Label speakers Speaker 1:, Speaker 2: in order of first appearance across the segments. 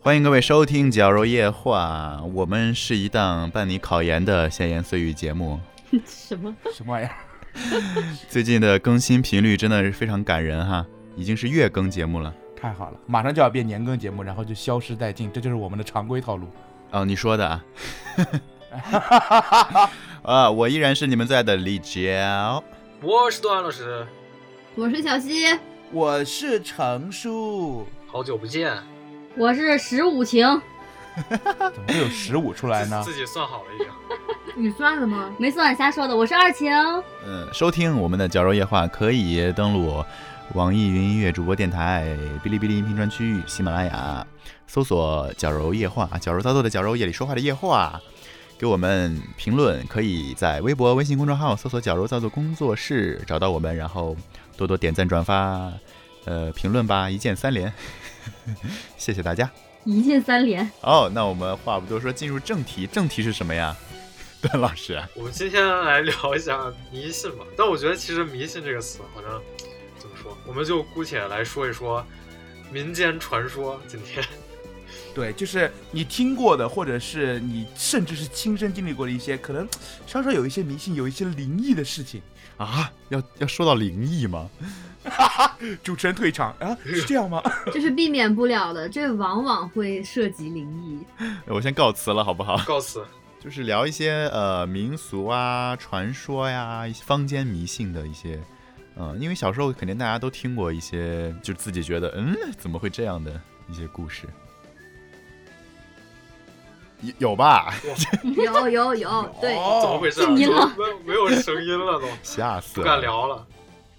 Speaker 1: 欢迎各位收听《绞肉夜话》，我们是一档伴你考研的闲言碎语节目。
Speaker 2: 什么？
Speaker 3: 什么玩意儿？
Speaker 1: 最近的更新频率真的是非常感人哈，已经是月更节目了。
Speaker 3: 太好了，马上就要变年更节目，然后就消失殆尽，这就是我们的常规套路。
Speaker 1: 哦，你说的啊？ 啊，我依然是你们在的李娇。
Speaker 4: 我是段老师，
Speaker 2: 我是小溪，
Speaker 5: 我是程叔，
Speaker 4: 好久不见，
Speaker 2: 我是十五情。
Speaker 3: 怎么会有十五出来 呢
Speaker 4: 自？自己算好了已经。
Speaker 6: 你算了吗？
Speaker 2: 没算瞎说的，我是二晴。
Speaker 1: 嗯，收听我们的《绞肉夜话》可以登录网易云音乐主播电台、哔哩哔哩音频专区、喜马拉雅，搜索“绞肉夜话”，啊绞肉操作的绞肉，夜里说话的夜话。给我们评论，可以在微博、微信公众号搜索“绞肉造作工作室”找到我们，然后多多点赞、转发，呃，评论吧，一键三连， 谢谢大家。
Speaker 2: 一键三 连，
Speaker 1: 哦，那我们话不多说，进入正题。正题是什么呀？ 段老师，
Speaker 4: 我们今天来聊一下迷信吧，但我觉得其实“迷信”这个词好像怎么说，我们就姑且来说一说民间传说。今天
Speaker 3: 对，就是你听过的，或者是你甚至是亲身经历过的一些，可能稍稍有一些迷信，有一些灵异的事情。
Speaker 1: 啊，要要说到灵异吗？
Speaker 3: 主持人退场啊，是这样吗？
Speaker 2: 这是避免不了的，这往往会涉及灵异。
Speaker 1: 我先告辞了，好不 好？
Speaker 4: 告辞，
Speaker 1: 就是聊一些呃民俗啊、传说呀、一些坊间迷信的一些，嗯、因为小时候肯定大家都听过一些，就自己觉得嗯怎么会这样的一些故事，有有吧？
Speaker 2: 有有有，对，
Speaker 3: 哦
Speaker 4: 怎么回事、啊？
Speaker 2: 静音了
Speaker 4: 怎么没有没有声音 了都，
Speaker 1: 吓死
Speaker 4: 不
Speaker 1: 了！
Speaker 4: 敢聊了。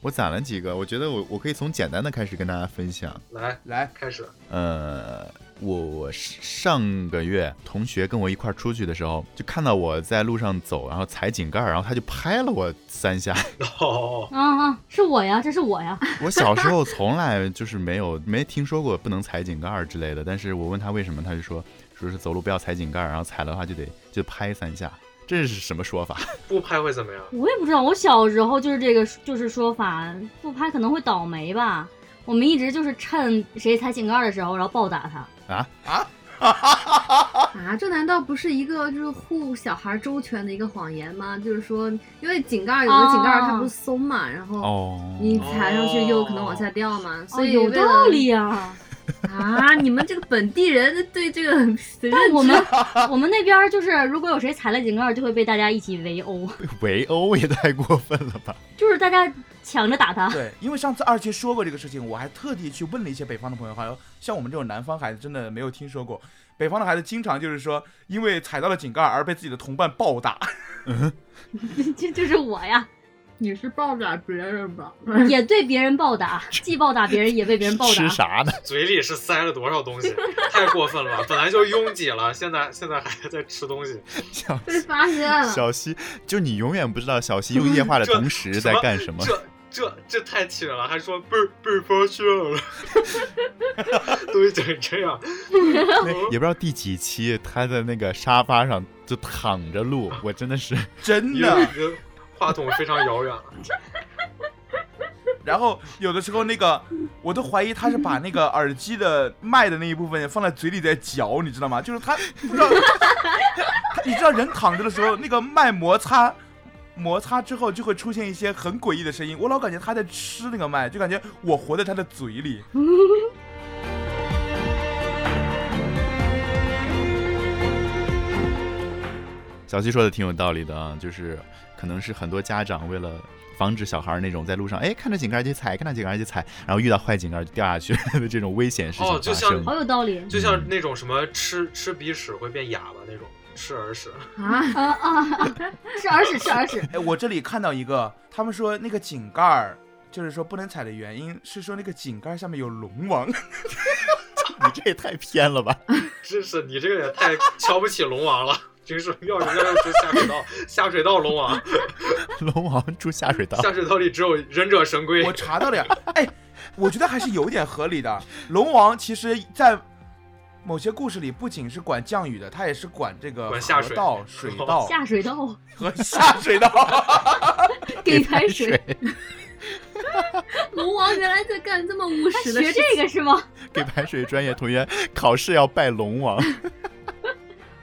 Speaker 1: 我攒了几个，我觉得我我可以从简单的开始跟大家分享。
Speaker 4: 来，
Speaker 3: 来，
Speaker 4: 开始，
Speaker 1: 呃，我我上个月同学跟我一块儿出去的时候，就看到我在路上走，然后踩井盖儿，然后他就拍了我三下。
Speaker 4: 哦，
Speaker 2: 嗯嗯，是我呀，这是我呀。
Speaker 1: 我小时候从来就是没有没听说过不能踩井盖儿之类的，但是我问他为什么，他就说说是走路不要踩井盖儿，然后踩的话就得就拍三下，这是什么说法？
Speaker 4: 不拍会怎么样？
Speaker 2: 我也不知道，我小时候就是这个，就是说法，不拍可能会倒霉吧。我们一直就是趁谁踩井盖的时候，然后暴打他。哦
Speaker 6: 啊，这难道不是一个就是护小孩周全的一个谎言吗？就是说，因为井盖儿有的井盖儿它
Speaker 2: 哦
Speaker 6: 不是松嘛，然后
Speaker 1: 哦，
Speaker 6: 你踩上去就可能往下掉嘛，所
Speaker 2: 哦，
Speaker 6: 以为
Speaker 2: 有
Speaker 6: 了
Speaker 2: 道理 啊。
Speaker 6: 啊！你们这个本地人对这个很
Speaker 2: 但
Speaker 6: 认知
Speaker 2: 我们 我们那边儿就是，如果有谁踩了井盖儿，就会被大家一起围殴，
Speaker 1: 围殴也太过分了吧？
Speaker 2: 就是大家抢着打他。
Speaker 3: 对，因为上次二七说过这个事情，我还特地去问了一些北方的朋友，好像像我们这种南方孩子真的没有听说过。北方的孩子经常就是说，因为踩到了井盖而被自己的同伴暴打。
Speaker 2: 这 就是我呀，
Speaker 6: 你是暴打别人吧？
Speaker 2: 也对别人暴打，既暴打别人，也被别人暴
Speaker 1: 吃
Speaker 2: 打。
Speaker 1: 啥呢？
Speaker 4: 嘴里是塞了多少东西？太过分了吧！本来就拥挤了，现在现在还在吃东西，
Speaker 1: 小
Speaker 6: 被发现了，
Speaker 1: 小西，就你永远不知道小西用液化的同时在干什么。
Speaker 4: 这这这太气人了，还说被被发现了， 都已经这样，
Speaker 1: 那也不知道第几期，他在那个沙发上就躺着录，我真的啊是，
Speaker 3: 真
Speaker 4: 离
Speaker 3: 的，
Speaker 4: 离话筒非常遥远了。
Speaker 3: 然后有的时候那个，我都怀疑他是把那个耳机的麦的那一部分放在嘴里在嚼，你知道吗？就是他不知道，他你知道人躺着的时候，那个麦摩擦摩擦之后就会出现一些很诡异的声音。我老感觉他在吃那个麦，就感觉我活在他的嘴里。
Speaker 1: 小西说的挺有道理的啊，就是可能是很多家长为了防止小孩那种在路上，哎，看着井盖就踩，看着井盖就踩，然后遇到坏井盖就掉下去 的这种危险事情
Speaker 4: 哦
Speaker 1: 发
Speaker 4: 就
Speaker 1: 生。
Speaker 2: 好有道理
Speaker 4: 就像那种什么吃吃鼻屎会变哑巴那种，吃耳屎。
Speaker 6: 啊！
Speaker 2: 啊啊！啊是耳屎，是耳屎。
Speaker 3: 哎，我这里看到一个，他们说那个井盖儿。就是说不能踩的原因是说那个井盖下面有龙 王，
Speaker 1: 你这也太偏了吧！
Speaker 4: 真是你这个也太瞧不起龙王了，真是要人家要出下水道，下水道龙 王，
Speaker 1: 龙王住下水道，
Speaker 4: 下水道里只有忍者神龟
Speaker 3: 我。查到了呀。 哎，我觉得还是有点合理的。龙王其实，在某些故事里，不仅是管降雨的，他也是管这个
Speaker 4: 管下
Speaker 3: 河
Speaker 4: 水哦
Speaker 3: 道、水道
Speaker 2: 下水道
Speaker 3: 和下水道。
Speaker 2: 给排水，
Speaker 6: 龙王原来在干这么务
Speaker 2: 他
Speaker 6: 实的
Speaker 2: 学
Speaker 6: 事情，
Speaker 2: 这个是吗？
Speaker 1: 给白水专业同学考试要拜龙王。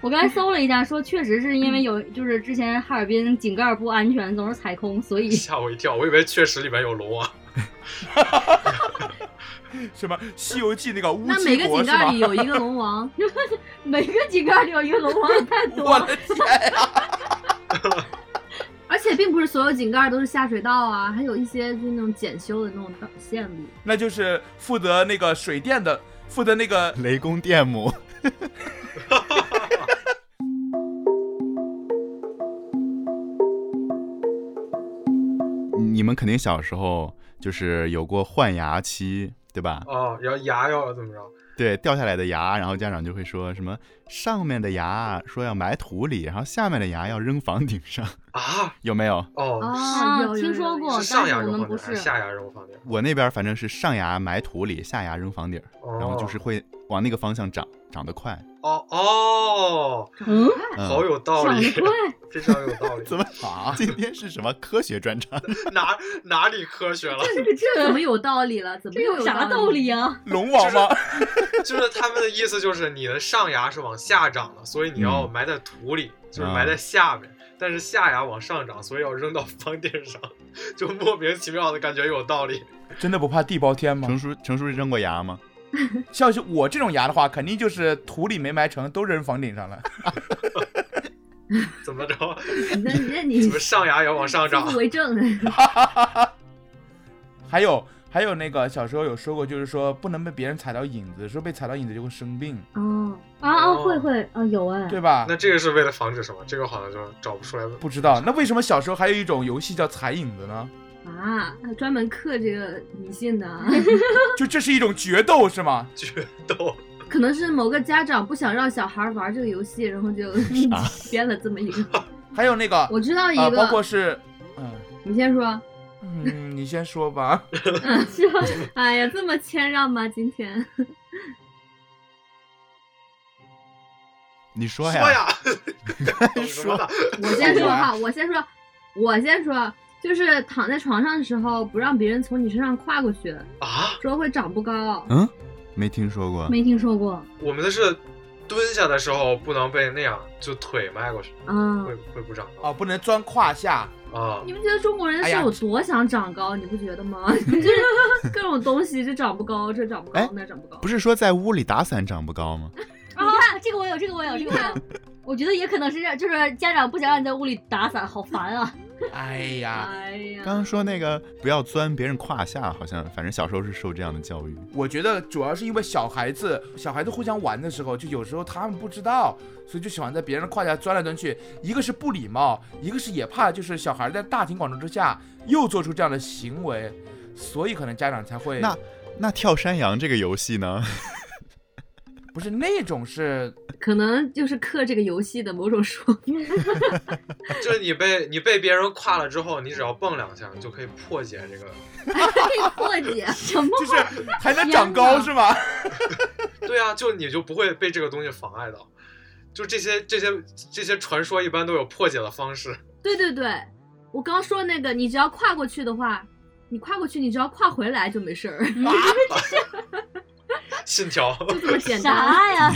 Speaker 2: 我刚才搜了一下，说确实是因为有，就是之前哈尔滨井盖儿不安全，总是踩空，所以
Speaker 4: 吓我一跳，我以为确实里面有龙王。
Speaker 3: 什么《西游记》那个乌
Speaker 6: 那每
Speaker 3: 鸡
Speaker 6: 个
Speaker 3: 国
Speaker 6: 井
Speaker 3: 是
Speaker 6: 盖
Speaker 3: 吧
Speaker 6: 里？有一个龙王，
Speaker 2: 每个井盖儿里有一个龙王，也太多
Speaker 3: 我
Speaker 2: 了。
Speaker 3: 的天呀、
Speaker 6: 而且并不是所有井盖都是下水道啊，还有一些就是那种检修的那种道线路。
Speaker 3: 那就是负责那个水电的，负责那个
Speaker 1: 雷公电母，你们肯定小时候就是有过换牙期，对吧？
Speaker 4: 哦，要牙要怎么着？
Speaker 1: 对，掉下来的牙，然后家长就会说什么上面的牙说要埋土里，然后下面的牙要扔房顶上，
Speaker 4: 啊，
Speaker 1: 有没有？
Speaker 4: 哦，
Speaker 2: 啊
Speaker 6: 啊，有有
Speaker 2: 听说
Speaker 6: 有有
Speaker 2: 过
Speaker 4: 是上牙
Speaker 2: 哦但是我们
Speaker 4: 扔房
Speaker 2: 不
Speaker 4: 顶，还
Speaker 2: 是
Speaker 4: 下牙扔房顶？
Speaker 1: 我那边反正是上牙埋土里，下牙扔房顶，
Speaker 4: 哦，
Speaker 1: 然后就是会往那个方向长，长得快。
Speaker 4: 哦哦，
Speaker 2: 嗯，
Speaker 1: 嗯、
Speaker 4: 好有道
Speaker 2: 长
Speaker 4: 理
Speaker 2: 得，快，
Speaker 4: 非常有道理。
Speaker 1: 怎么好？今天是什么科学专场？
Speaker 4: 哪哪里科学了？
Speaker 6: 这个这怎么有道理了？怎么
Speaker 2: 这
Speaker 6: 又
Speaker 2: 有啥道
Speaker 6: 道
Speaker 2: 理？啊？
Speaker 3: 龙王吗？
Speaker 4: 就是他们的意思就是你的上牙是往下长的，所以你
Speaker 1: 嗯
Speaker 4: 要埋在土里，
Speaker 1: 啊
Speaker 4: 就是埋在下面。但是下牙往上长，所以要扔到房顶上， 就莫名其妙的感觉有道理。
Speaker 3: 真的不怕地包天吗
Speaker 1: 程？叔，程叔扔过牙吗？
Speaker 3: 像是我这种牙的话，肯定就是土里没埋成，都扔房顶上了。
Speaker 4: 怎么着？
Speaker 6: 你那你那你
Speaker 4: 怎么上牙也往上啊长
Speaker 6: 先？不为啊证。
Speaker 3: 还有还有那个小时候有说过，就是说不能被别人踩到影子，说被踩到影子就会生病，
Speaker 6: 哦，
Speaker 2: 啊啊，
Speaker 4: 哦
Speaker 2: 会会啊，有
Speaker 6: 嗯
Speaker 2: 哎，
Speaker 3: 对吧
Speaker 4: 那？这个是为了防止什么？这个好像就找不出来
Speaker 3: 不知道，那为什么小时候还有一种游戏叫踩影子呢？
Speaker 6: 啊，专门克这个迷信的啊，
Speaker 3: 就这是一种决斗是吗？
Speaker 4: 决斗。
Speaker 6: 可能是某个家长不想让小孩玩这个游戏，然后就
Speaker 2: 啊
Speaker 6: 编了这么 一个。
Speaker 3: 还有那个
Speaker 6: 我知
Speaker 4: 啊
Speaker 6: 道一
Speaker 3: 呃，包括
Speaker 6: 个，
Speaker 3: 是，嗯、
Speaker 6: 你先说。
Speaker 3: 嗯，你先说吧。
Speaker 2: 是啊吧？
Speaker 6: 哎呀，这么谦让吗？今天
Speaker 1: 你说呀，
Speaker 4: 说呀，
Speaker 1: 说
Speaker 4: 的
Speaker 6: 我先说
Speaker 3: 啊
Speaker 6: 哈，我先说，我先说，就是躺在床上的时候，不让别人从你身上跨过去，
Speaker 4: 啊？
Speaker 6: 说会长不高。
Speaker 1: 没听说过。
Speaker 2: 没听说过，
Speaker 4: 我们的是蹲下的时候不能被那样就腿迈过去，
Speaker 6: 嗯
Speaker 4: 会，会不长高
Speaker 3: 啊，不能钻胯下。
Speaker 4: 啊
Speaker 6: 你？们觉得中国人
Speaker 3: 哎
Speaker 6: 是
Speaker 3: 呀
Speaker 6: 有多想长高，你不觉得吗？ 就是各种东西，这长不高，这长不
Speaker 1: 哎
Speaker 6: 高，那长不高
Speaker 1: 不。是说在屋里打伞长不高吗？
Speaker 2: 你看这个我有，这个我有，这个我有。我觉得也可能是让，就是家长不想让你在屋里打伞，好烦啊！
Speaker 3: 哎呀，
Speaker 6: 哎呀，
Speaker 1: 刚刚说那个不要钻别人胯下，好像反正小时候是受这样的教育。
Speaker 3: 我觉得主要是因为小孩子，小孩子互相玩的时候，就有时候他们不知道，所以就喜欢在别人的胯下钻来钻去。一个是不礼貌，一个是也怕就是小孩在大庭广众之下又做出这样的行为，所以可能家长才会
Speaker 1: 那那跳山羊这个游戏呢？
Speaker 3: 不是那种是
Speaker 6: 可能就是克这个游戏的某种说法。
Speaker 4: 就是你被你被别人跨了之后，你只要蹦两下，你就可以破解这个。
Speaker 6: 破解，
Speaker 2: 什么
Speaker 3: 就是还能长高是吗？
Speaker 4: 对啊，就你就不会被这个东西妨碍到。就这些这些这些传说一般都有破解的方式。
Speaker 6: 对对对，我刚说那个，你只要跨过去的话，你跨过去，你只要跨回来就没事儿，
Speaker 4: 信条，
Speaker 6: 就这么简单。
Speaker 2: 啥呀？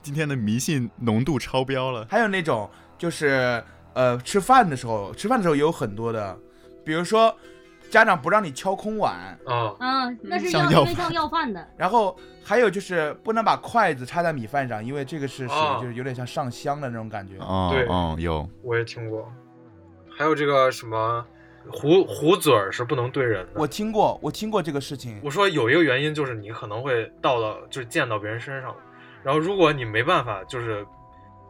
Speaker 1: 今天的迷信浓度超标了。
Speaker 3: 还有那种就是呃吃饭的时候，吃饭的时候也有很多的，比如说家长不让你敲空碗，
Speaker 4: 啊，
Speaker 2: 啊，那是
Speaker 1: 像
Speaker 2: 要
Speaker 1: 要
Speaker 2: 因为像要饭的，
Speaker 3: 然后还有就是不能把筷子插在米饭上，因为这个是属
Speaker 4: 哦
Speaker 3: 于就是有点像上香的那种感觉。
Speaker 1: 哦
Speaker 4: 对
Speaker 1: 哦，有
Speaker 4: 我也听过。还有这个什么壶壶嘴儿是不能对人的。
Speaker 3: 我听过，我听过这个事情
Speaker 4: 我。说有一个原因就是你可能会到到就是溅到别人身上，然后如果你没办法就是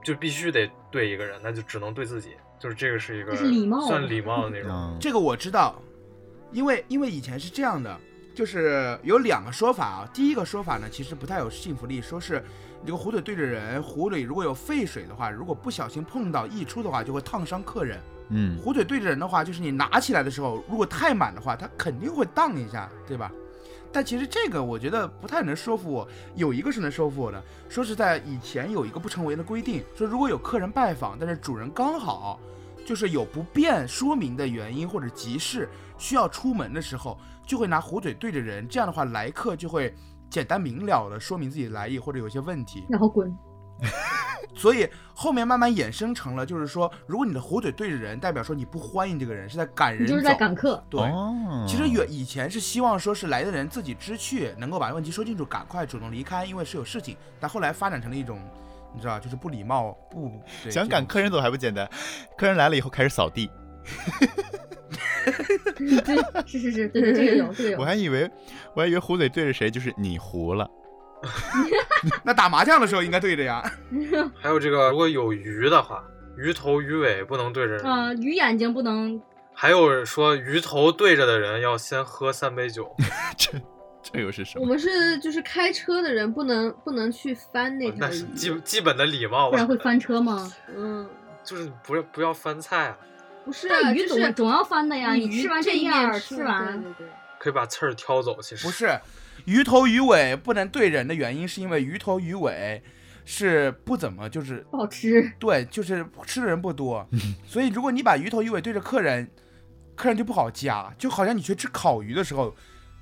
Speaker 4: 就必须得对一个人，那就只能对自己，就是这个是一个
Speaker 2: 这是礼貌
Speaker 4: 算礼貌的那种。
Speaker 1: 嗯，
Speaker 3: 这个我知道，因为因为以前是这样的，就是有两个说法啊。第一个说法呢，其实不太有信服力，说是你这个壶嘴对着人，壶里如果有沸水的话，如果不小心碰到溢出的话，就会烫伤客人。
Speaker 1: 嗯
Speaker 3: 壶嘴对着人的话，就是你拿起来的时候，如果太满的话，它肯定会荡一下，对吧？但其实这个我觉得不太能说服我。有一个是能说服我的，说是在以前有一个不成文的规定，说如果有客人拜访，但是主人刚好就是有不便说明的原因或者急事需要出门的时候，就会拿壶嘴对着人，这样的话来客就会简单明了的说明自己的来意或者有些问题，
Speaker 2: 然后滚。
Speaker 3: 所以后面慢慢衍生成了，就是说，如果你的火腿对着人，代表说你不欢迎这个人，是在赶人
Speaker 2: 你
Speaker 3: 走，
Speaker 2: 就是在赶客，
Speaker 3: 对。
Speaker 1: 哦
Speaker 3: 其实远以前是希望说是来的人自己知趣，能够把问题说清楚，赶快主动离开，因为是有事情。但后来发展成了一种，你知道，就是不礼貌，不对
Speaker 1: 想赶客人走还不简单，客人来了以后开始扫地，
Speaker 2: 对，是是是，对对，这个有这个
Speaker 1: 我
Speaker 2: 有。
Speaker 1: 还以为我还以为壶嘴对着谁就是你糊了，
Speaker 3: 那打麻将的时候应该对着 呀。
Speaker 4: 还有这个，如果有鱼的话，鱼头鱼尾不能对着人。
Speaker 6: 啊
Speaker 2: 呃，鱼眼睛不能，
Speaker 4: 还有说鱼头对着的人要先喝三杯酒，
Speaker 1: 这又是什
Speaker 6: 我
Speaker 1: 么？
Speaker 6: 们是就是开车的人不能不能去翻那条
Speaker 4: 哦那是
Speaker 6: 鱼，
Speaker 4: 基基本的礼貌
Speaker 2: 不然
Speaker 4: 吧
Speaker 2: 会。翻车吗？
Speaker 6: 嗯，
Speaker 4: 就是你不要不要翻菜啊，
Speaker 6: 不是啊，
Speaker 2: 但鱼
Speaker 6: 就
Speaker 2: 总
Speaker 6: 是
Speaker 2: 总要翻的呀，你吃完
Speaker 6: 这
Speaker 2: 一面
Speaker 6: 面
Speaker 2: 儿，吃完
Speaker 6: 对对对。
Speaker 4: 可以把刺儿挑走。其实
Speaker 3: 不，是，鱼头鱼尾不能对人的原因是因为鱼头鱼尾是不怎么就是
Speaker 2: 不好 吃。
Speaker 3: 对，就是吃的人不多， 所以如果你把鱼头鱼尾对着客人，客人就不好夹，就好像你去吃烤鱼的时候，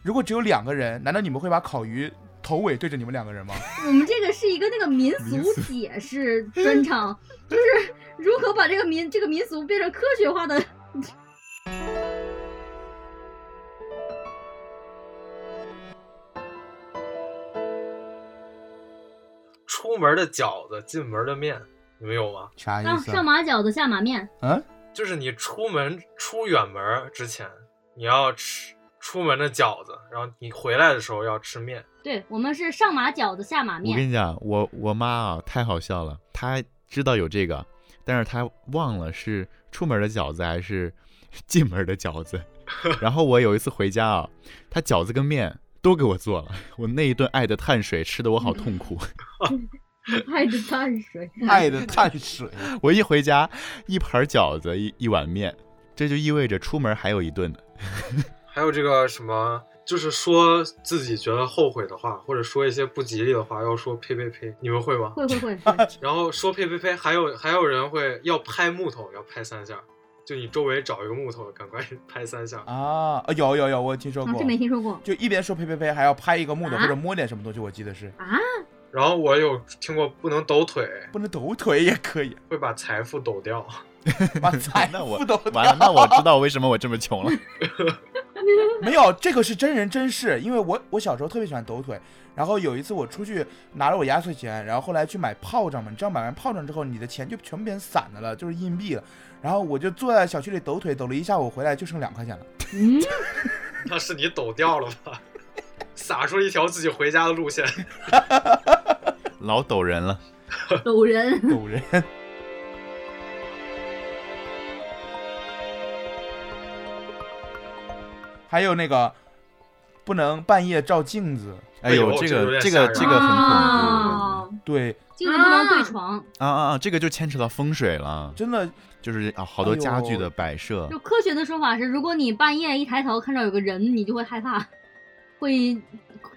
Speaker 3: 如果只有两个人，难道你们会把烤鱼头尾对着你们两个人吗？
Speaker 2: 我们这个是一个那个民
Speaker 1: 民
Speaker 2: 俗解释专场，就是如何把这个民这个民俗变成科学化的。
Speaker 4: 出门的饺子，进门的面，你们有吗？
Speaker 3: 啥啊
Speaker 2: 上上马饺子下马面，
Speaker 3: 嗯，
Speaker 4: 就是你出门出远门儿之前，你要吃出门的饺子，然后你回来的时候要吃面。
Speaker 2: 对我们是上马饺子下马
Speaker 1: 我
Speaker 2: 面。
Speaker 1: 跟你讲，我我妈啊太好笑了，她知道有这个，但是她忘了是出门的饺子还是进门的饺 子。然后我有一次回家啊，她饺子跟面都给我做了，我那一顿爱的碳水吃的我好痛 苦。
Speaker 2: 爱的淡水，
Speaker 3: 爱的碳水，
Speaker 1: 我一回家，一盘饺子，一一碗面，这就意味着出门还有一顿呢。
Speaker 4: 还有这个什么，就是说自己觉得后悔的话，或者说一些不吉利的话，要说呸呸呸，你们会吗？
Speaker 2: 会会 啊会会，
Speaker 4: 然后说呸呸呸，还有还有人会要拍木头，要拍三下，就你周围找一个木头，赶快 拍三下。
Speaker 3: 啊，呃有有有，我听说
Speaker 2: 啊
Speaker 3: 过
Speaker 2: 这，没听说 过
Speaker 3: 就一边说呸呸呸，还要拍一个木头
Speaker 2: 啊
Speaker 3: 或者摸点什么东西，我记得是
Speaker 2: 啊？
Speaker 4: 然后我有听过不能抖腿，
Speaker 3: 不能抖腿也可 以，
Speaker 4: 会把财富抖掉。
Speaker 3: 把财
Speaker 1: 那我
Speaker 3: 富抖
Speaker 1: 完了，那我知道为什么我这么 穷了。
Speaker 3: 没有，这个是真人真事，因为我我小时候特别喜欢抖腿，然后有一次我出去拿了我压岁钱，然后后来去买炮仗嘛，你知道买完炮仗之后，你的钱就全变散的了，就是硬币了，然后我就坐在小区里抖腿，抖了一下午回来就剩两块钱了，
Speaker 2: 嗯，
Speaker 4: 那是你抖掉了吧？ 撒出一条自己回家的路线。
Speaker 1: 老抖人 了，
Speaker 2: 抖人。
Speaker 3: 抖人。还有那个不能半夜照镜子，
Speaker 1: 哎呦，
Speaker 4: 哎呦
Speaker 1: 这
Speaker 4: 这有
Speaker 1: 个
Speaker 4: 点
Speaker 1: 这个
Speaker 4: 吓
Speaker 1: 这
Speaker 4: 人
Speaker 1: 个很恐怖
Speaker 2: 啊
Speaker 1: 啊
Speaker 3: 对，
Speaker 2: 镜子不能对床，
Speaker 1: 啊啊！这个就牵扯到风水了，
Speaker 3: 真的
Speaker 1: 就是啊，好多
Speaker 3: 哎呦
Speaker 1: 家具的摆设
Speaker 2: 就科学的说法是，如果你半夜一抬头看到有个人，你就会害怕，会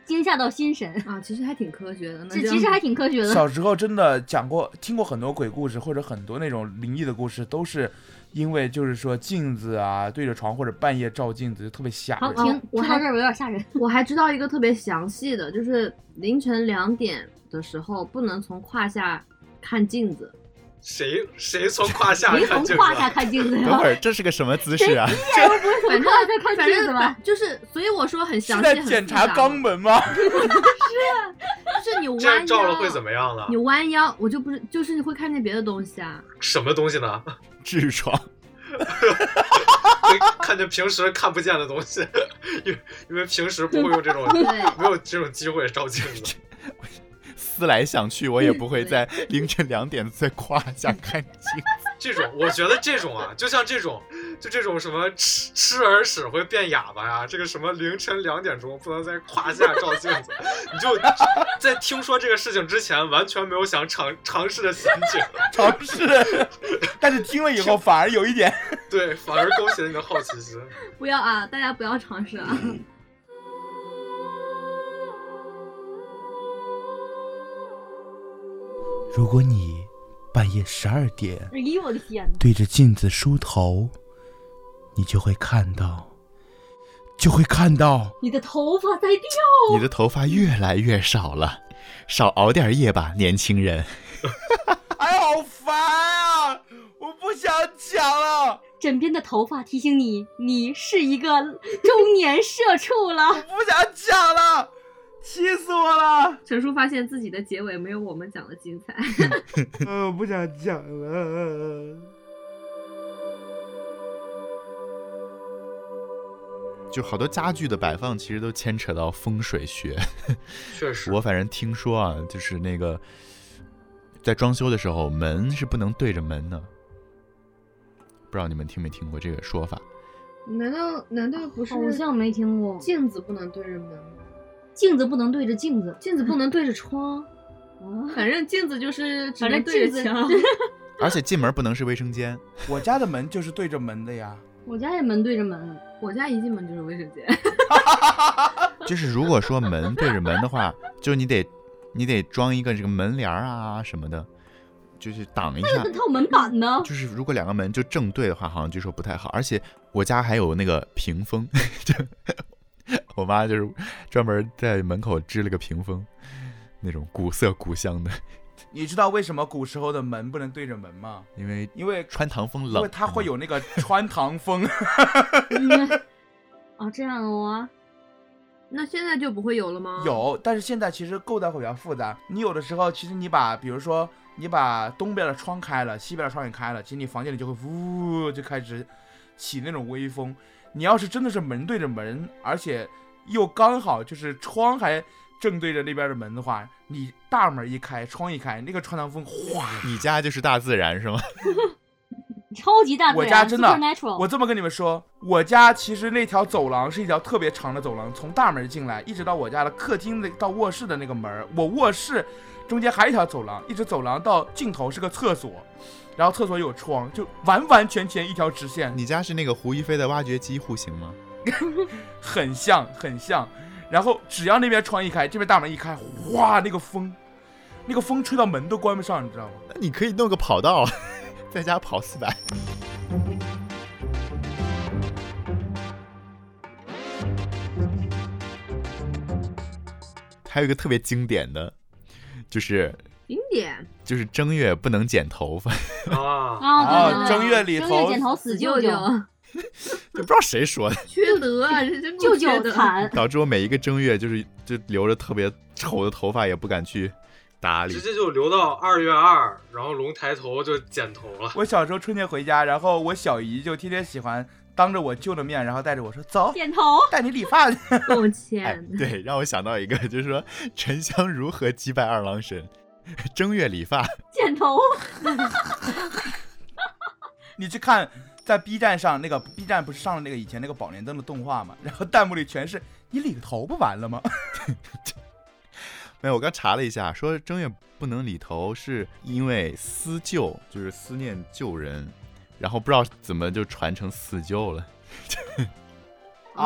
Speaker 2: 惊吓到心神。
Speaker 6: 啊，其实还挺 科学的。那
Speaker 2: 这
Speaker 6: 这
Speaker 2: 其实
Speaker 6: 样
Speaker 2: 还挺科学
Speaker 6: 嗯
Speaker 2: 的。
Speaker 3: 小时候真的讲过、听过很多鬼故事，或者很多那种灵异的故事，都是因为就是说镜子啊，对着床或者半夜照镜子就特别吓
Speaker 2: 好，
Speaker 3: 人。
Speaker 2: 停，
Speaker 6: 我
Speaker 2: 说
Speaker 6: 还
Speaker 2: 到这儿我有点吓人。
Speaker 6: 我还知道一个特别详细的，就是凌晨两点的时候不能从胯下看镜子，
Speaker 4: 谁谁从胯下
Speaker 2: 谁
Speaker 4: 看
Speaker 2: 从
Speaker 4: 镜
Speaker 2: 胯下
Speaker 4: 子？
Speaker 2: 看镜子
Speaker 1: 等
Speaker 2: 呀？
Speaker 1: 会儿这是个什么姿势啊？
Speaker 2: 谁都不会从
Speaker 6: 反正
Speaker 2: 胯下看
Speaker 6: 反
Speaker 2: 镜子
Speaker 6: 正
Speaker 2: 吧？
Speaker 6: 就是，所以我说很
Speaker 3: 是
Speaker 6: 详
Speaker 3: 在
Speaker 6: 细，很
Speaker 3: 检
Speaker 6: 复
Speaker 3: 查
Speaker 6: 杂
Speaker 3: 肛门吗？
Speaker 6: 就是你
Speaker 4: 这样
Speaker 6: 弯
Speaker 4: 照
Speaker 6: 腰
Speaker 4: 了
Speaker 2: 啊
Speaker 4: 会怎么样呢
Speaker 6: 你？弯腰，我就不是，就是你会看见别的东西啊。
Speaker 4: 什么东 西呢？
Speaker 1: 痔疮，
Speaker 4: 会看见平时看不见的东西，因为因为平时不会用这 种，
Speaker 6: 对
Speaker 4: 没有这种机会照镜子。
Speaker 1: 思来想去，我也不会在凌晨两点在胯 下看镜。
Speaker 4: 这种，我觉得这种啊，就像这种，就这种什么吃吃耳屎会变哑巴呀，这个什么凌晨两点钟不能在胯下照镜子，你就在听说这个事情之前，完全没有想尝尝试的心情，
Speaker 3: 尝试，但是听了以后反而有一点。
Speaker 4: 对，反而勾起了你的好奇心。
Speaker 6: 不要啊，大家不要尝试啊。
Speaker 5: 如果你半夜十二点
Speaker 2: 哎呦我的天呐！
Speaker 5: 对着镜子梳头，你就会看到，就就会看到。
Speaker 2: 你的头发在掉，
Speaker 1: 你的头发越来越少了，少熬点夜吧，年轻人。
Speaker 3: 哎，好烦啊！我不想讲了，
Speaker 2: 枕边的头发提醒你，你是一个中年社畜了。
Speaker 3: 不想讲了，气死我了！
Speaker 6: 陈叔发现自己的结尾没有我们讲的精彩。
Speaker 3: 嗯、我不想讲了。
Speaker 1: 就好多家具的摆放，其实都牵扯到风水学。
Speaker 4: 确实，
Speaker 1: 我反正听说啊，就是那个在装修的时候，门是不能对着门的。不知道你们听没听过这个说法？
Speaker 6: 难道难道不是
Speaker 2: 好像没听过，
Speaker 6: 镜子不能对着门吗？
Speaker 2: 镜子不能对着镜子，
Speaker 6: 镜子不能对着窗，
Speaker 2: 啊
Speaker 6: 反正镜子就是只
Speaker 2: 反正
Speaker 6: 能对着
Speaker 2: 镜子
Speaker 6: 墙。
Speaker 1: 而且进门不能是卫生间。
Speaker 3: 我家的门就是对着门的呀。
Speaker 2: 我家也门对着门，
Speaker 6: 我家一进门就是卫生间，
Speaker 1: 就是如果说门对着门的话，就你得你得装一个这个门帘儿啊什么的，就是挡一下
Speaker 2: 那。套门板呢？
Speaker 1: 就是如果两个门就正对的话，好像据说不太好。而且我家还有那个屏风， 就我妈就是专门在门口支了个屏风，那种古色古香的，
Speaker 3: 你知道为什么古时候的门不能对着门吗？
Speaker 1: 因为
Speaker 3: 因为
Speaker 1: 穿堂风冷，嗯
Speaker 3: 因为它会有那个穿堂风。
Speaker 2: 嗯 啊，这样哦，
Speaker 6: 那现在就不会有了吗？，
Speaker 3: 有，但是现在其实构造会比较复杂。你有的时候，其实你把，比如说你把东边的窗开了，西边的窗也开了，其实你房间里就会呜就开始起那种微风。你要是真的是门对着门，而且又刚好就是窗还正对着那边的门的话，你大门一开，窗一开，那个穿堂风哗。
Speaker 1: 你家就是大自然是吗？
Speaker 2: 超级大自
Speaker 3: 我
Speaker 2: 然
Speaker 3: 家真的
Speaker 2: supernatural，
Speaker 3: 我这么跟你们说，我家其实那条走廊是一条特别长的走廊，从大门进来一直到我家的客厅的到卧室的那个门儿，我卧室中间还有一条走廊，一直走廊到尽头是个厕所，然后厕所有窗，就完完全全一条直线，
Speaker 1: 你家是那个胡一菲的挖掘机户型吗？
Speaker 3: 很像很像。然后只要那边窗一开，这边大门一开，哇，那个风，那个风吹到门都关不上，你知道吗？
Speaker 1: 那你可以弄个跑道， 在家跑四百。还有一个特别经典的，就是
Speaker 6: 零点
Speaker 1: 就是正月不能剪头发，
Speaker 4: 啊，
Speaker 2: 啊，对对对，
Speaker 3: 哦正月里头
Speaker 2: 正月剪头死舅舅，
Speaker 1: 就不知道谁说的，
Speaker 6: 缺德啊，这真 够
Speaker 2: 舅
Speaker 6: 缺
Speaker 2: 舅
Speaker 6: 德。
Speaker 2: 惨，
Speaker 1: 导致我每一个正月就是就留着特别丑的头发，也不敢去打理
Speaker 4: 直。接就留到二月二，然后龙抬头就剪头了。
Speaker 3: 我小时候春节回家，然后我小姨就天天喜欢当着我舅的面，然后带着我说走，
Speaker 2: 剪头
Speaker 3: 带你理发去。
Speaker 6: 抱
Speaker 1: 哎
Speaker 6: 歉，，
Speaker 1: 对，让我想到一个，就是说沉香如何击败二郎神，正月理发。
Speaker 2: 剪头，
Speaker 3: 你去看在 B 站上那个 B 站不是上了那个以前那个宝莲灯的动画嘛？然后弹幕里全是你理个头不完了吗？
Speaker 1: 没有，我刚查了一下，说正月不能理头，是因为思旧，就是思念旧人，然后不知道怎么就传成死旧了。
Speaker 3: 哎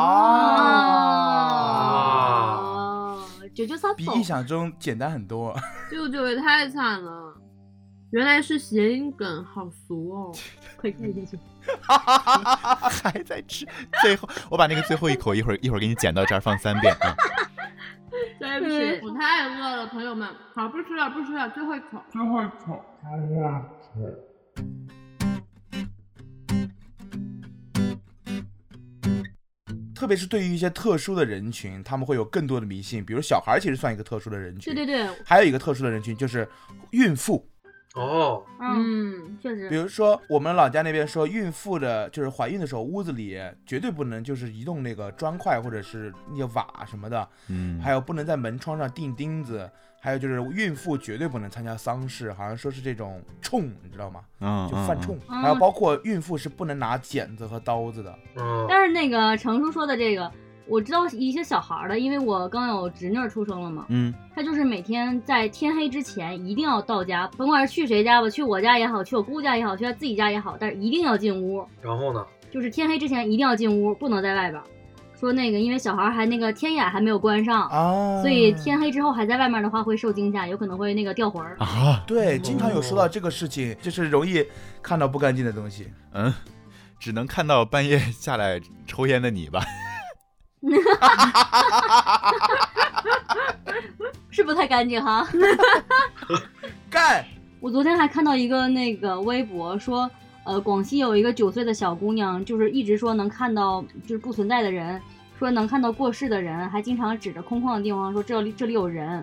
Speaker 2: 哦
Speaker 3: 啊，
Speaker 2: 啊，九九三
Speaker 3: 比
Speaker 2: 走，
Speaker 3: 意想中简单很多。
Speaker 6: 舅舅也太惨了。原来是谐音梗，好俗哦！
Speaker 2: 快看进去，
Speaker 1: 还在吃，最后我把那个最后一口一会儿一会儿给你剪到这儿放三遍啊。
Speaker 6: 对不
Speaker 2: 嗯
Speaker 6: 起，我太饿了，朋友们。好，不吃了，不吃了，最后一口。
Speaker 3: 特别是对于一些特殊的人群，他们会有更多的迷信，比如小孩儿其实算一个特殊的人群。
Speaker 2: 对对。对，
Speaker 3: 还有一个特殊的人群就是孕妇，
Speaker 4: 哦，
Speaker 2: 嗯，
Speaker 6: 嗯，
Speaker 2: 确
Speaker 3: 比
Speaker 2: 实，
Speaker 3: 如说我们老家那边说，孕妇的就是怀孕的时候，屋子里绝对不能就是移动那个砖块或者是那个瓦什么的，
Speaker 1: 嗯，
Speaker 3: 还有不能在门窗上钉钉子，还有就是孕妇绝对不能参加丧事，好像说是这种冲，你知道吗？
Speaker 1: 嗯
Speaker 3: 就犯冲。。
Speaker 2: 嗯
Speaker 3: 还有包括孕妇是不能拿剪子和刀子的。
Speaker 4: 嗯，
Speaker 2: 但是那个程叔说的这个，我知道一些小孩儿的，因为我刚有侄女儿出生了嘛，
Speaker 1: 嗯，
Speaker 2: 他就是每天在天黑之前一定要到家，甭管是去谁家吧，去我家也好，去我姑家也好，去他自己家也好，但是一定要进屋，
Speaker 4: 然后呢？
Speaker 2: 就是天黑之前一定要进屋，不能在外边儿。说那个，因为小孩儿还那个天眼还没有关上，
Speaker 3: 啊
Speaker 2: 所以天黑之后还在外面的话会受惊吓，有可能会那个掉魂儿。
Speaker 1: 啊，
Speaker 3: 对，经常有说到这个事情，就是容易看到不干净的东西。
Speaker 1: 嗯，只能看到半夜下来抽烟的你吧。
Speaker 2: 是不太干净哈。
Speaker 3: 干，
Speaker 2: 我昨天还看到一个那个微博说，呃，广西有一个九岁的小姑娘，就是一直说能看到就是不存在的人，说能看到过世的人，还经常指着空旷的地方说这里这里有人。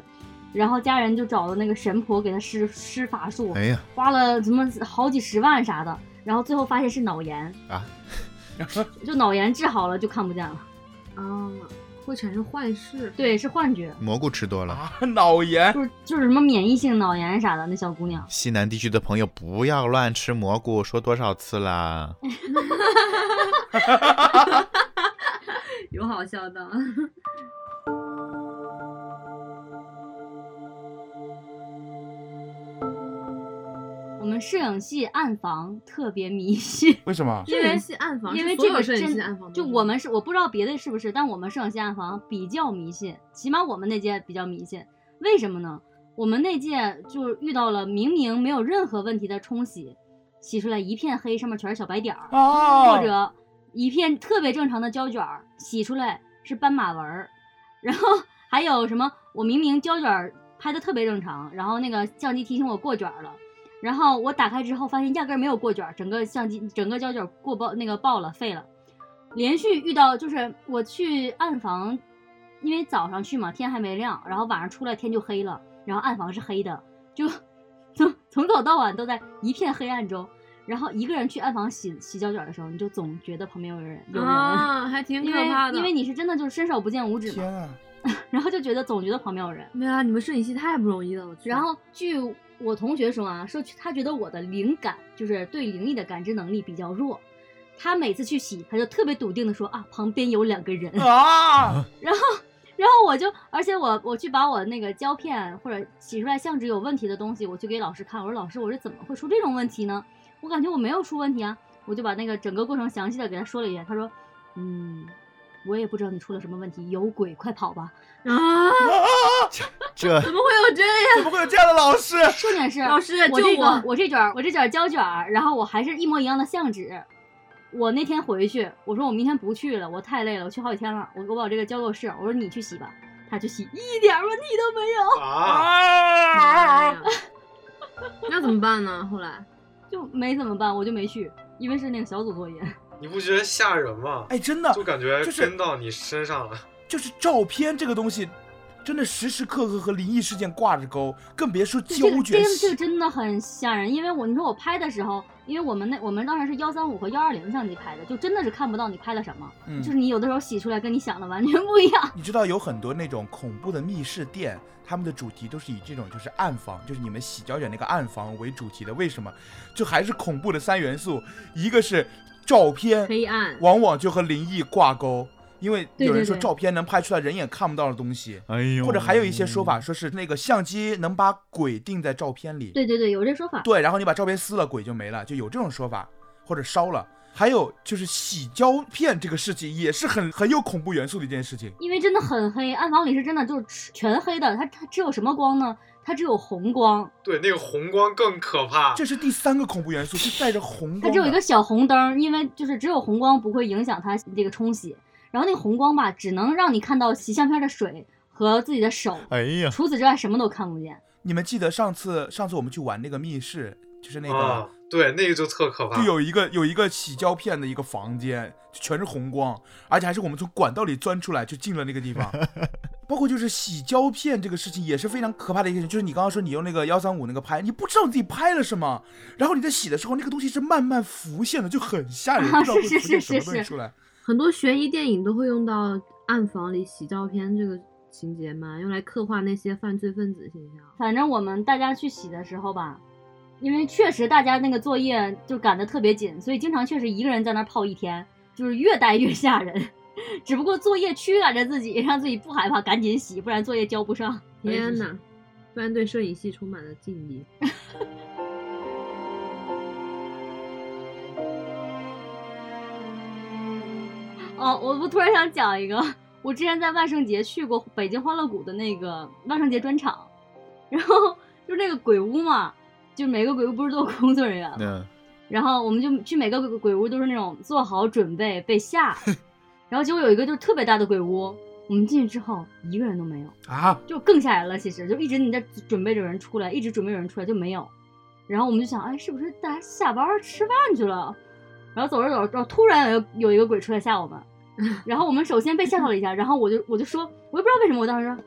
Speaker 2: 然后家人就找了那个神婆给她施施法术，
Speaker 1: 哎呀
Speaker 2: 花了什么好几十万啥的，然后最后发现是脑炎，
Speaker 1: 啊，
Speaker 2: 就脑炎治好了就看不见了。
Speaker 6: 啊，会产生幻视。
Speaker 2: 对，是幻觉，
Speaker 1: 蘑菇吃多了。
Speaker 3: 啊，脑炎，
Speaker 2: 就是就是什么免疫性脑炎啥的。那小姑娘，
Speaker 1: 西南地区的朋友不要乱吃蘑菇，说多少次啦？
Speaker 3: 嗯
Speaker 6: 有好笑的，
Speaker 2: 我们摄影系暗房特别迷信，
Speaker 3: 为什么？
Speaker 2: 因
Speaker 6: 摄
Speaker 2: 为
Speaker 6: 影系暗 房，
Speaker 2: 因为
Speaker 6: 是所
Speaker 2: 这
Speaker 6: 有
Speaker 2: 个
Speaker 6: 摄影系
Speaker 2: 真
Speaker 6: 暗房
Speaker 2: 就
Speaker 6: 都是
Speaker 2: 我们是我不知道别的是不是，但我们摄影系暗房比较迷信，起码我们那届比较迷信。为什么呢？我们那届就是遇到了明明没有任何问题的冲洗，洗出来一片黑，上面全是小白点儿，
Speaker 3: 哦，
Speaker 2: 或者一片特别正常的胶卷儿，洗出来是斑马纹儿，然后还有什么？我明明胶卷儿拍的特别正常，然后那个相机提醒我过卷儿了，然后我打开之后发现压根儿没有过卷儿，整个相机整个胶卷儿过爆那个爆了废了。连续遇到就是我去暗房，因为早上去嘛天还没亮，然后晚上出来天就黑了，然后暗房是黑的，就 从从早到晚都在一片黑暗中。然后一个人去暗房洗洗胶卷儿的时候，你就总觉得旁边有人，有人，
Speaker 6: 啊，还挺
Speaker 2: 因
Speaker 6: 可
Speaker 2: 为
Speaker 6: 怕的。
Speaker 2: 因为你是真的就是伸手不见五指嘛，
Speaker 3: 天啊，
Speaker 2: 然后就觉得总觉得旁边有人。
Speaker 6: 对啊，你们摄影系太不容易了，我去。
Speaker 2: 然后据我同学说啊，说他觉得我的灵感就是对灵异的感知能力比较弱。他每次去洗，他就特别笃定的说啊，旁边有两个 人。
Speaker 3: 啊，
Speaker 2: 然后我就，而且我我去把我那个胶片或者洗出来相纸有问题的东西，我去给老师看，我说老师，我这怎么会出这种问题呢？我感觉我没有出问题啊，我就把那个整个过程详细的给他说了一遍。他说，嗯，我也不知道你出了什么问题，有鬼，快跑吧！
Speaker 6: 啊，
Speaker 1: 这
Speaker 6: 怎么会有这样？
Speaker 3: 怎么会有这样的 老师？
Speaker 2: 重点是
Speaker 6: 老师
Speaker 2: 我
Speaker 6: 救
Speaker 2: 这
Speaker 6: 我
Speaker 2: 个我这卷儿我这卷儿胶卷儿，然后我还是一模一样的相纸。我那天回去，我说我明天不去了，我太累了，我去好几天了，我我把我这个交给我室友，我说你去洗吧，他去洗，一点儿问题都没有，
Speaker 4: 啊，
Speaker 3: 啊
Speaker 6: 妈， 呀那怎么办呢？后来
Speaker 2: 就没怎么办，我就没去，因为是那个小组作业。
Speaker 4: 你不觉得吓人吗？
Speaker 3: 哎，真的
Speaker 4: 就感觉
Speaker 3: 就是
Speaker 4: 跟到你身上了。
Speaker 3: 就是照片这个东西，真的时时刻刻和灵异事件挂着钩，更别说
Speaker 2: 对这
Speaker 3: 胶
Speaker 2: 个这
Speaker 3: 卷
Speaker 2: 个这个真的很吓人，因为我你说我拍的时候，因为我们那我们当时是幺三五和幺二零相机拍的，就真的是看不到你拍了什么，
Speaker 3: 嗯
Speaker 2: 就是你有的时候洗出来跟你想的完全不一样。
Speaker 3: 你知道有很多那种恐怖的密室店，他们的主题都是以这种就是暗房，就是你们洗脚卷那个暗房为主题的。为什么？就还是恐怖的三元素，一个是照片，
Speaker 6: 黑暗，
Speaker 3: 往往就和灵异挂钩，因为
Speaker 2: 对
Speaker 3: 有人
Speaker 2: 对
Speaker 3: 说
Speaker 2: 对
Speaker 3: 照片能拍出来人眼看不到的东西，
Speaker 1: 哎呦，
Speaker 3: 或者还有一些说法说是那个相机能把鬼定在照片里，
Speaker 2: 对对对，有这说法。
Speaker 3: 对，然后你把照片撕了，鬼就没了，就有这种说法，或者烧了。还有就是洗胶片这个事情也是很很有恐怖元素的一件事情。
Speaker 2: 因为真的很黑，暗房里是真的就是全黑的，它它只有什么光呢？它只有红光，
Speaker 4: 对，那个红光更可怕。
Speaker 3: 这是第三个恐怖元素，是带着红
Speaker 2: 它
Speaker 3: 光
Speaker 2: 只有一
Speaker 3: 的
Speaker 2: 个。小红灯儿，因为就是只有红光不会影响它这个冲洗，然后那个红光吧，只能让你看到洗相片的水和自己的手，
Speaker 1: 哎呀，
Speaker 2: 除此之外什么都看不见。
Speaker 3: 你们记得上次上次我们去玩那个密室，就是那个、
Speaker 4: 啊，对，那个就特
Speaker 2: 啊
Speaker 4: 可怕
Speaker 3: 就。有一个有一个洗胶片的一个房间，就全是红光，而且还是我们从管道里钻出来就进了那个 地方。包括就是洗胶片这个事情也是非常可怕的一件事，就是你刚刚说你用那个幺三五那个拍，你不知道你自己拍了什么，然后你在洗的时候那个东西是慢慢浮现的，就很吓人，
Speaker 2: 啊
Speaker 3: 不知道会
Speaker 2: 是是
Speaker 3: 浮现
Speaker 2: 是
Speaker 3: 什么
Speaker 2: 是
Speaker 3: 东西
Speaker 2: 是
Speaker 3: 出来。
Speaker 6: 很多悬疑电影都会用到暗房里洗照片这个情节嘛，用来刻画那些犯罪分子形象。
Speaker 2: 反正我们大家去洗的时候吧，因为确实大家那个作业就赶得特别紧，所以经常确实一个人在那儿泡一天，就是越待越吓人。 只不过作业驱赶着自己，让自己不害怕，赶紧洗，不然作业交不上。
Speaker 6: 天哪，突然对摄影系充满了敬意。
Speaker 2: 哦，我我突然想讲一个，我之前在万圣节去过北京欢乐谷的那个万圣节专场，然后就是那个鬼屋嘛，就每个鬼屋不是都有工作人员吗？
Speaker 1: 那
Speaker 2: 然后我们就去每个鬼屋都是那种做好准备被吓，然后结果有一个就是特别大的鬼屋，我们进去之后一个人都没有，
Speaker 3: 啊，
Speaker 2: 就更吓人了。其实就一直你在准备着有人出来，一直准备有人出来就没有。然后我们就想，哎，是不是大家下班儿吃饭去了？然后走着走着，然后突然有一个有一个鬼出来吓我们，然后我们首先被吓到了一下，然后我就我就说，我也不知道为什么，我当时说，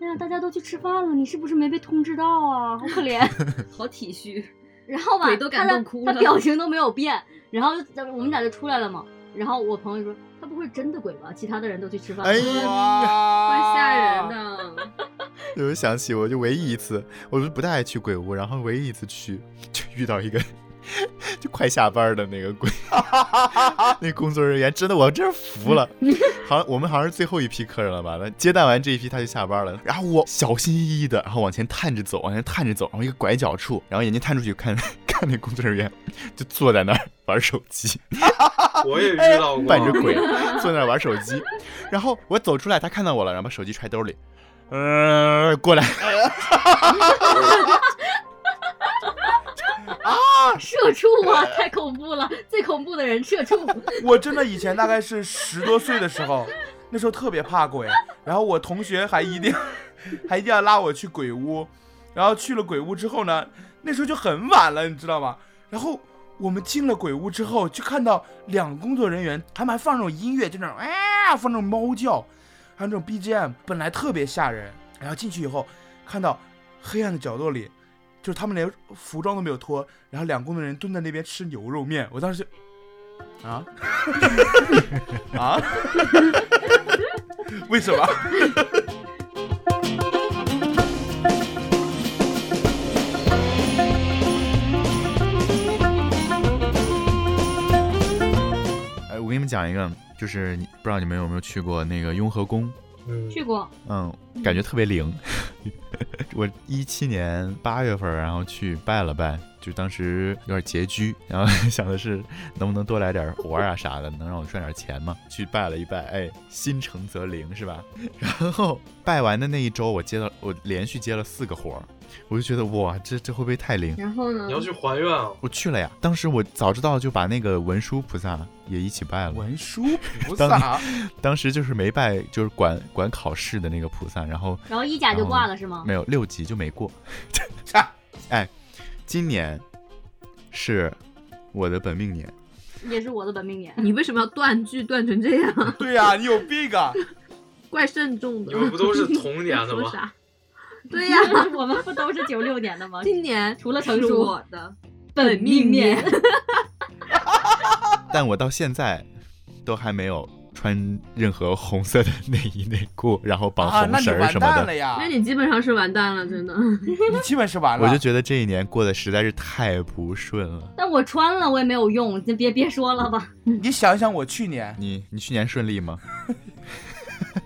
Speaker 2: 哎呀，大家都去吃饭了，你是不是没被通知到啊？好可怜。
Speaker 6: 好体恤。
Speaker 2: 然后吧，
Speaker 6: 鬼都感动哭
Speaker 2: 他的，
Speaker 6: 了
Speaker 2: 他表情都没有变。然后就我们俩就出来了嘛。然后我朋友说，他不会真的鬼吧？其他的人都去吃饭了。
Speaker 1: 哎
Speaker 6: 怪
Speaker 3: 哇
Speaker 6: 吓人。的，
Speaker 1: 我就想起，我就唯一一次，我就不太爱去鬼屋，然后唯一一次去，就遇到一个 就快下班的那个鬼， 那工作人员真的，我真是服了。好像我们好像是最后一批客人了吧？那接待完这一批他就下班了，然后我小心翼翼的，然后往前探着走，往前探着走，然后一个拐角处，然后眼睛探出去看看那工作人员，就坐在那儿玩手机。
Speaker 4: 我也
Speaker 3: 哎
Speaker 4: 遇 到过，
Speaker 1: 扮着鬼坐那儿玩手机，然后我走出来，他看到我了，然后把手机揣兜里，呃，过来，
Speaker 2: 社畜啊，太恐怖了！最恐怖的人社畜。
Speaker 3: 我真的以前大概是十多岁的时候，那时候特别怕鬼，然后我同学还一定 还一定要拉我去鬼屋，然后去了鬼屋之后呢，那时候就很晚了，你知道吗？然后我们进了鬼屋之后，就看到两个工作人员他们还放那种音乐，就那种啊放那种猫叫，还有那种 BGM，本来特别吓人，然后进去以后看到黑暗的角落里。就是他们连服装都没有脱，然后两个工作人员蹲在那边吃牛肉面，我当时就，啊，啊？ 为什么？
Speaker 1: 哎，我给你们讲一个，就是你不知道你们有没有去过那个雍和宫，
Speaker 4: 嗯，
Speaker 2: 去过，
Speaker 1: 嗯，感觉特别灵。 我一七年八月份，然后去拜了拜，就当时有点拮据，然后 想的是能不能多来点活儿啊啥的，能让我赚点钱嘛？去拜了一拜，哎，心诚则灵是吧？ 然后拜完的那一周，我接到我连续接了四个活儿，我就觉得哇，这这会不会太灵？
Speaker 6: 然后呢
Speaker 4: 你？要去还 愿啊，
Speaker 1: 我去了呀，当时我早知道就把那个文殊菩萨也一起拜了。
Speaker 3: 文殊菩
Speaker 1: 当
Speaker 3: 萨，
Speaker 1: 当时就是没拜，就是管管考试的那个菩萨，然后
Speaker 2: 然后衣架就挂了是吗？
Speaker 1: 没有六级就没过。
Speaker 3: 啊
Speaker 1: 哎，今年是我的本命年，
Speaker 3: 嗯
Speaker 2: 也是我的本命年。
Speaker 6: 你为什么要断句断成这样？
Speaker 3: 对呀、你有病啊！
Speaker 6: 怪慎重的
Speaker 4: 你。们 不都是同年的
Speaker 6: 说
Speaker 4: 吗？
Speaker 6: 啥？对呀、
Speaker 2: 我们不都是九六年的吗？
Speaker 6: 今年
Speaker 2: 除了成
Speaker 6: 是
Speaker 2: 熟
Speaker 6: 我的
Speaker 2: 本命年，
Speaker 1: 但我到现在都还没有穿任何红色的内衣内裤，然后绑
Speaker 3: 啊，那
Speaker 1: 红
Speaker 3: 你
Speaker 1: 绳儿
Speaker 3: 完
Speaker 1: 什么
Speaker 3: 蛋
Speaker 1: 的。
Speaker 3: 了呀
Speaker 6: 那！你基本上是完蛋了，真的。
Speaker 2: 嗯
Speaker 3: 你基本是完了。
Speaker 1: 我就觉得这一年过得实在是太不顺了。
Speaker 2: 但我穿了我也没有用，就别别说了吧。
Speaker 3: 你想一想，我去年，
Speaker 1: 你你去年顺利吗？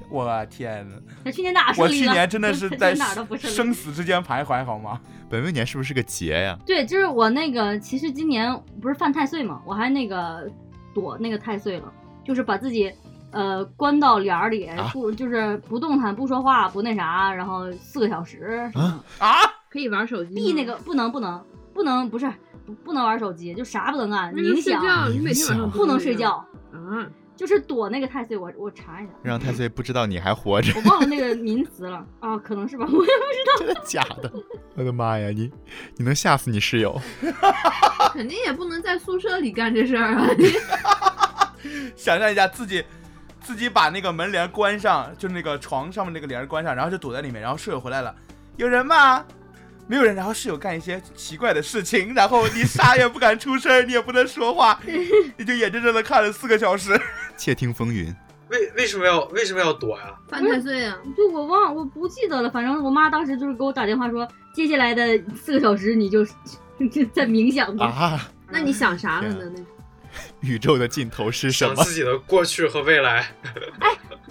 Speaker 3: 我天哪，
Speaker 2: 那去年哪顺
Speaker 3: 我
Speaker 2: 利了？
Speaker 3: 去年真 的是在
Speaker 2: 哪儿都不顺利。
Speaker 3: 生死之间徘徊，好吗？
Speaker 1: 本命年是不是个劫呀？
Speaker 2: 对，就是我那个，其实今年不是犯太岁嘛，我还那个躲那个太岁了，就是把自己呃关到帘儿里，
Speaker 1: 啊
Speaker 2: 不就是不动弹、不说话、不那啥，然后四个小时什么的，
Speaker 3: 啊，
Speaker 6: 可以玩手机吗。
Speaker 2: 闭那个不能不能不能不是不不能玩手机，就啥不能干，
Speaker 6: 那就
Speaker 2: 冥
Speaker 6: 睡
Speaker 2: 想
Speaker 6: 觉，你每天晚上
Speaker 2: 不能睡觉，
Speaker 6: 啊？
Speaker 2: 就是躲那个太岁。我我查一下，
Speaker 1: 让太岁不知道你还活着，
Speaker 2: 我忘了那个名词了啊，可能是吧，我
Speaker 1: 真的假的？ 我的妈呀，你你能吓死你室友！
Speaker 6: 肯定也不能在宿舍里干这事儿 啊！
Speaker 3: 想象一下自己。自己把那个门帘关上，就是那个床上面那个帘儿关上，然后就躲在里面。然后室友回来了，有人吗？没有人。然后室友干一些奇怪的事情，然后你啥也不敢出声，你也不能说话，你就眼睁睁的看了四个小时。
Speaker 1: 窃听风 云，
Speaker 4: 为为什么要为什么要躲呀？
Speaker 6: 犯太岁啊！
Speaker 2: 对，我忘，我不记得了。反正我妈当时就是给我打电话说，接下来的四个小时你就 就在冥想吧。
Speaker 1: 啊！
Speaker 6: 那你想啥了呢？那
Speaker 1: 宇宙的尽头是什
Speaker 4: 想
Speaker 1: 么？
Speaker 4: 自己的过去和未来，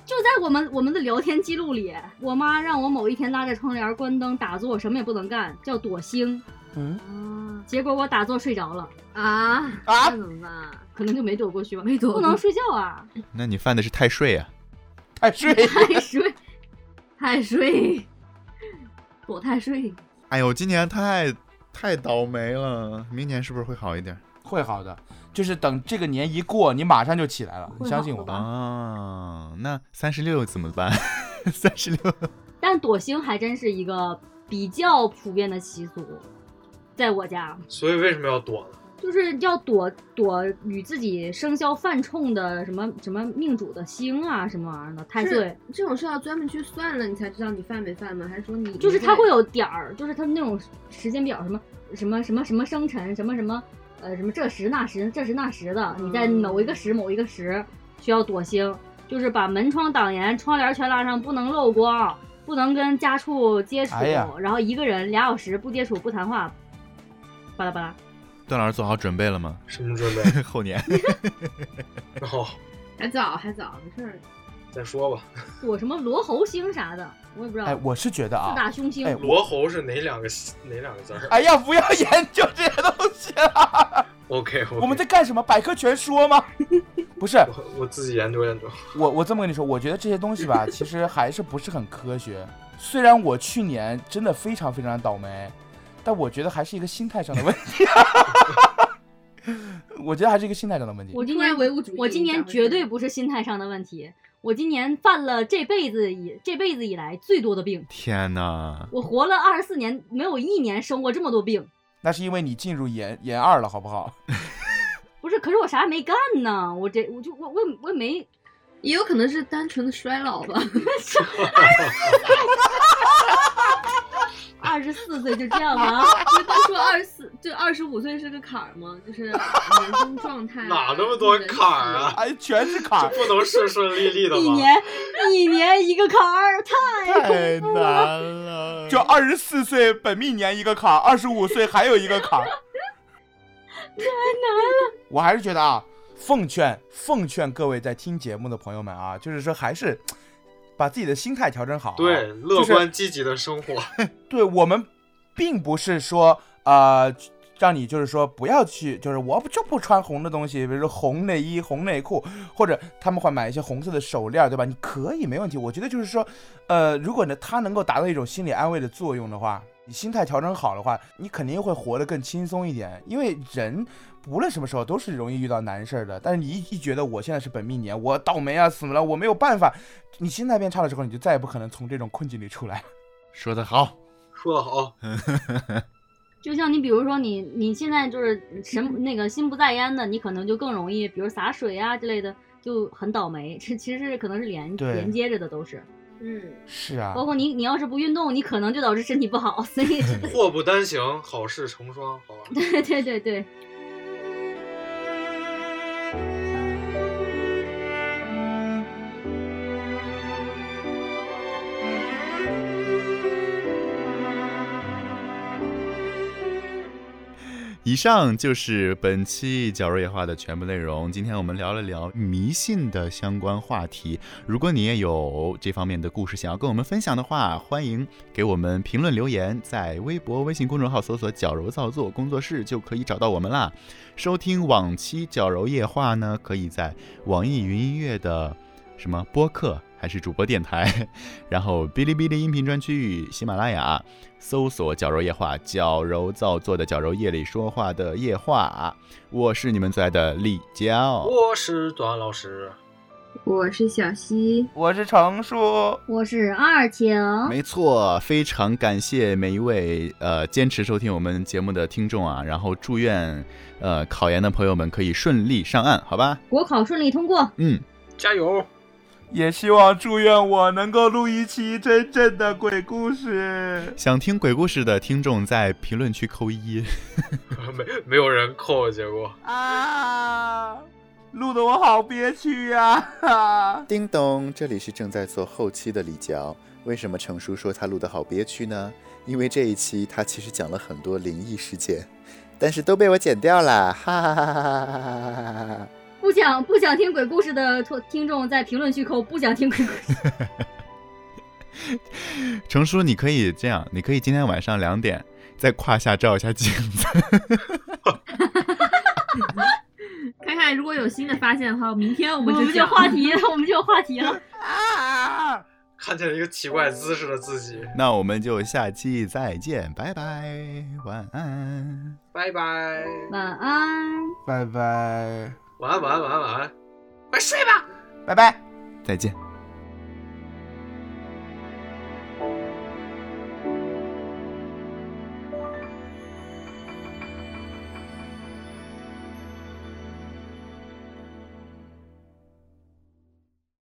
Speaker 2: 就在我们我们的聊天记录里，我妈让我某一天拉着窗帘关灯打坐，什么也不能干，叫躲星。
Speaker 3: 嗯
Speaker 6: 啊
Speaker 2: 结果我打坐睡着了，
Speaker 6: 啊，
Speaker 3: 啊
Speaker 6: 那，怎么办？
Speaker 2: 可能就没躲过去吧。
Speaker 6: 没躲
Speaker 2: 不
Speaker 6: 过
Speaker 2: 能睡觉啊，
Speaker 1: 那你犯的是太岁啊！
Speaker 3: 太睡
Speaker 2: 太睡。
Speaker 6: 太岁，躲太岁，
Speaker 1: 哎呦，今年太太倒霉了，明年是不是会好一点？
Speaker 3: 会好的，就是等这个年一过，你马上就起来了，你
Speaker 2: 会
Speaker 3: 相
Speaker 2: 好
Speaker 3: 信
Speaker 2: 的
Speaker 3: 我吧。
Speaker 1: 啊，那三十六怎么办？ 三十六
Speaker 2: 但躲星还真是一个比较普遍的习俗，在我家
Speaker 4: 所以为什么要躲呢？
Speaker 2: 就是要躲躲与自己生肖犯冲的什么什么命主的星啊什么玩意儿的太岁，
Speaker 6: 是这种是要专门去算了，你才知道你犯没犯吗？还是说你
Speaker 2: 就是
Speaker 6: 你
Speaker 2: 它会有点儿，就是它那种时间表什么什么什么什么生辰什么什么呃什么这时那时这时那时的，你在
Speaker 6: 嗯
Speaker 2: 某一个时某一个时需要躲星，就是把门窗挡严，窗帘全拉上，不能漏光，不能跟家畜接触，
Speaker 3: 哎呀
Speaker 2: 然后一个人俩小时不接触不谈话，巴拉巴拉。
Speaker 1: 段老师做好准备了吗？
Speaker 4: 什么准备？
Speaker 1: 后年
Speaker 4: 然后
Speaker 6: 还早还早，没事儿。
Speaker 4: 再说吧。
Speaker 2: 躲什么罗喉星啥的，我也不知道。
Speaker 3: 哎，我是觉得
Speaker 2: 四
Speaker 3: 啊，
Speaker 2: 大凶星，
Speaker 3: 哎
Speaker 4: 罗喉是哪两个哪两个字儿
Speaker 3: 哎呀，不要研究这些东西了，
Speaker 4: ？OK，
Speaker 3: 我们在干什么？百科全说吗？不是，
Speaker 4: 我我自己研究研究。
Speaker 2: 哎
Speaker 3: 我我这么跟你说，我觉得这些东西吧，其实还是不是很科学。虽然我去年真的非常非常倒霉，但我觉得还是一个心态上的问题。 我觉得还是一个心态上的问题。
Speaker 2: 我今
Speaker 6: 突然
Speaker 2: 年
Speaker 6: 唯物主义
Speaker 2: 我今
Speaker 6: 一下
Speaker 2: 年
Speaker 6: 会
Speaker 2: 绝
Speaker 6: 是
Speaker 2: 对不是心态上的问题，我今年犯了这辈子以这辈子以来最多的病。
Speaker 1: 天哪！
Speaker 2: 我活了二十四年，没有一年生过这么多病。
Speaker 3: 那是因为你进入研研二了，好不好？
Speaker 2: 不是，可是我啥也没干呢，我这我就我我也我也没
Speaker 6: 也有可能是单纯的衰老 吧。
Speaker 2: 二十四岁就这样了啊。
Speaker 6: 不是都说二十四就二十五岁是个坎儿吗？就是人生状态啊、
Speaker 4: 哪那么多
Speaker 6: 人
Speaker 4: 坎儿啊
Speaker 6: 生？
Speaker 3: 哎，全是坎儿，
Speaker 4: 不能顺顺利利的
Speaker 2: 啊一
Speaker 4: 吗？
Speaker 2: 年一年一个坎儿，太
Speaker 1: 太难了，
Speaker 3: 就二十四岁本命年一个坎儿，二十五岁还有一个坎儿，太难了。我还是觉得啊，奉劝奉劝各位在听节目的朋友们啊，就是说还是把自己的心态调整好啊、
Speaker 4: 对，乐
Speaker 3: 就是
Speaker 4: 观积极的生活。
Speaker 3: 对我们并不是说呃，让你就是说不要去，就是我不就不穿红的东西，比如说红内衣、红内裤，或者他们会买一些红色的手链，对吧？你可以没问题。我觉得就是说，呃，如果呢它能够达到一种心理安慰的作用的话，你心态调整好的话，你肯定会活得更轻松一点。因为人无论什么时候都是容易遇到难事儿的，但是你一一觉得我现在是本命年，我倒霉啊，死了，我没有办法，你心态变差了之后，你就再也不可能从这种困境里出来。
Speaker 1: 说的好，
Speaker 4: 说得好，
Speaker 2: 就像你比如说你你现在就是神那个心不在焉的，你可能就更容易，比如洒水啊之类的，就很倒霉。这其实是可能是连
Speaker 3: 对
Speaker 2: 连接着的都是，
Speaker 6: 嗯，
Speaker 3: 是啊，
Speaker 2: 包括你你要是不运动，你可能就导致身体不好。所以
Speaker 3: 哎
Speaker 4: 祸不单行，好事成双，好吧？
Speaker 2: 对对对对，
Speaker 1: 以上就是本期角落野话的全部内容。今天我们聊了聊迷信的相关话题。如果你也有这方面的故事想要跟我们分享的话，欢迎给我们评论留言，在微博、微信公众号搜索“矫揉造作工作室”就可以找到我们啦。收听往期矫揉夜话呢，可以在网易云音乐的什么播客还是主播电台， 然后哔哩哔哩音频专区与喜马拉雅。搜索“矫揉夜话”，矫揉造作的矫揉，夜里说话的夜话。啊我是你们最爱的李哦娇，
Speaker 4: 我是段老师，
Speaker 6: 我是小溪，
Speaker 3: 我是程叔。
Speaker 2: 我是二晴，
Speaker 1: 没错，非常感谢每一位呃坚持收听我们节目的听众啊，然后祝愿呃考研的朋友们可以顺利上岸，好吧？
Speaker 2: 国考顺利通过，
Speaker 1: 嗯，
Speaker 4: 加油！
Speaker 3: 也希望祝愿我能够录一期真正的鬼故事。
Speaker 1: 想听鬼故事的听众在评论区扣一。
Speaker 4: 没没有人扣，结果
Speaker 3: 啊，录的我好憋屈呀、啊！
Speaker 7: 叮咚，这里是正在做后期的李娇。为什么程叔说他录的好憋屈呢？因为这一期他其实讲了很多灵异事件，但是都被我剪掉啦，哈哈哈哈哈哈哈哈哈哈！
Speaker 2: 不想不想听鬼故事的听听众在评论区扣不想听鬼故事。
Speaker 1: 程叔，你可以这样，你可以今天晚上两点在胯下照一下镜子。
Speaker 6: 看看如果有新的发现的话，明天我
Speaker 2: 我们就有话题了，我们就有话题了。
Speaker 3: 啊，
Speaker 4: 看见了一个奇怪姿势的自己。
Speaker 1: 那我们就下期再见，拜拜，晚安。
Speaker 4: 拜拜，
Speaker 2: 晚安。
Speaker 3: 拜拜，
Speaker 4: 晚安，晚安，晚安，晚安，快睡吧。
Speaker 3: 拜拜。
Speaker 1: 再见。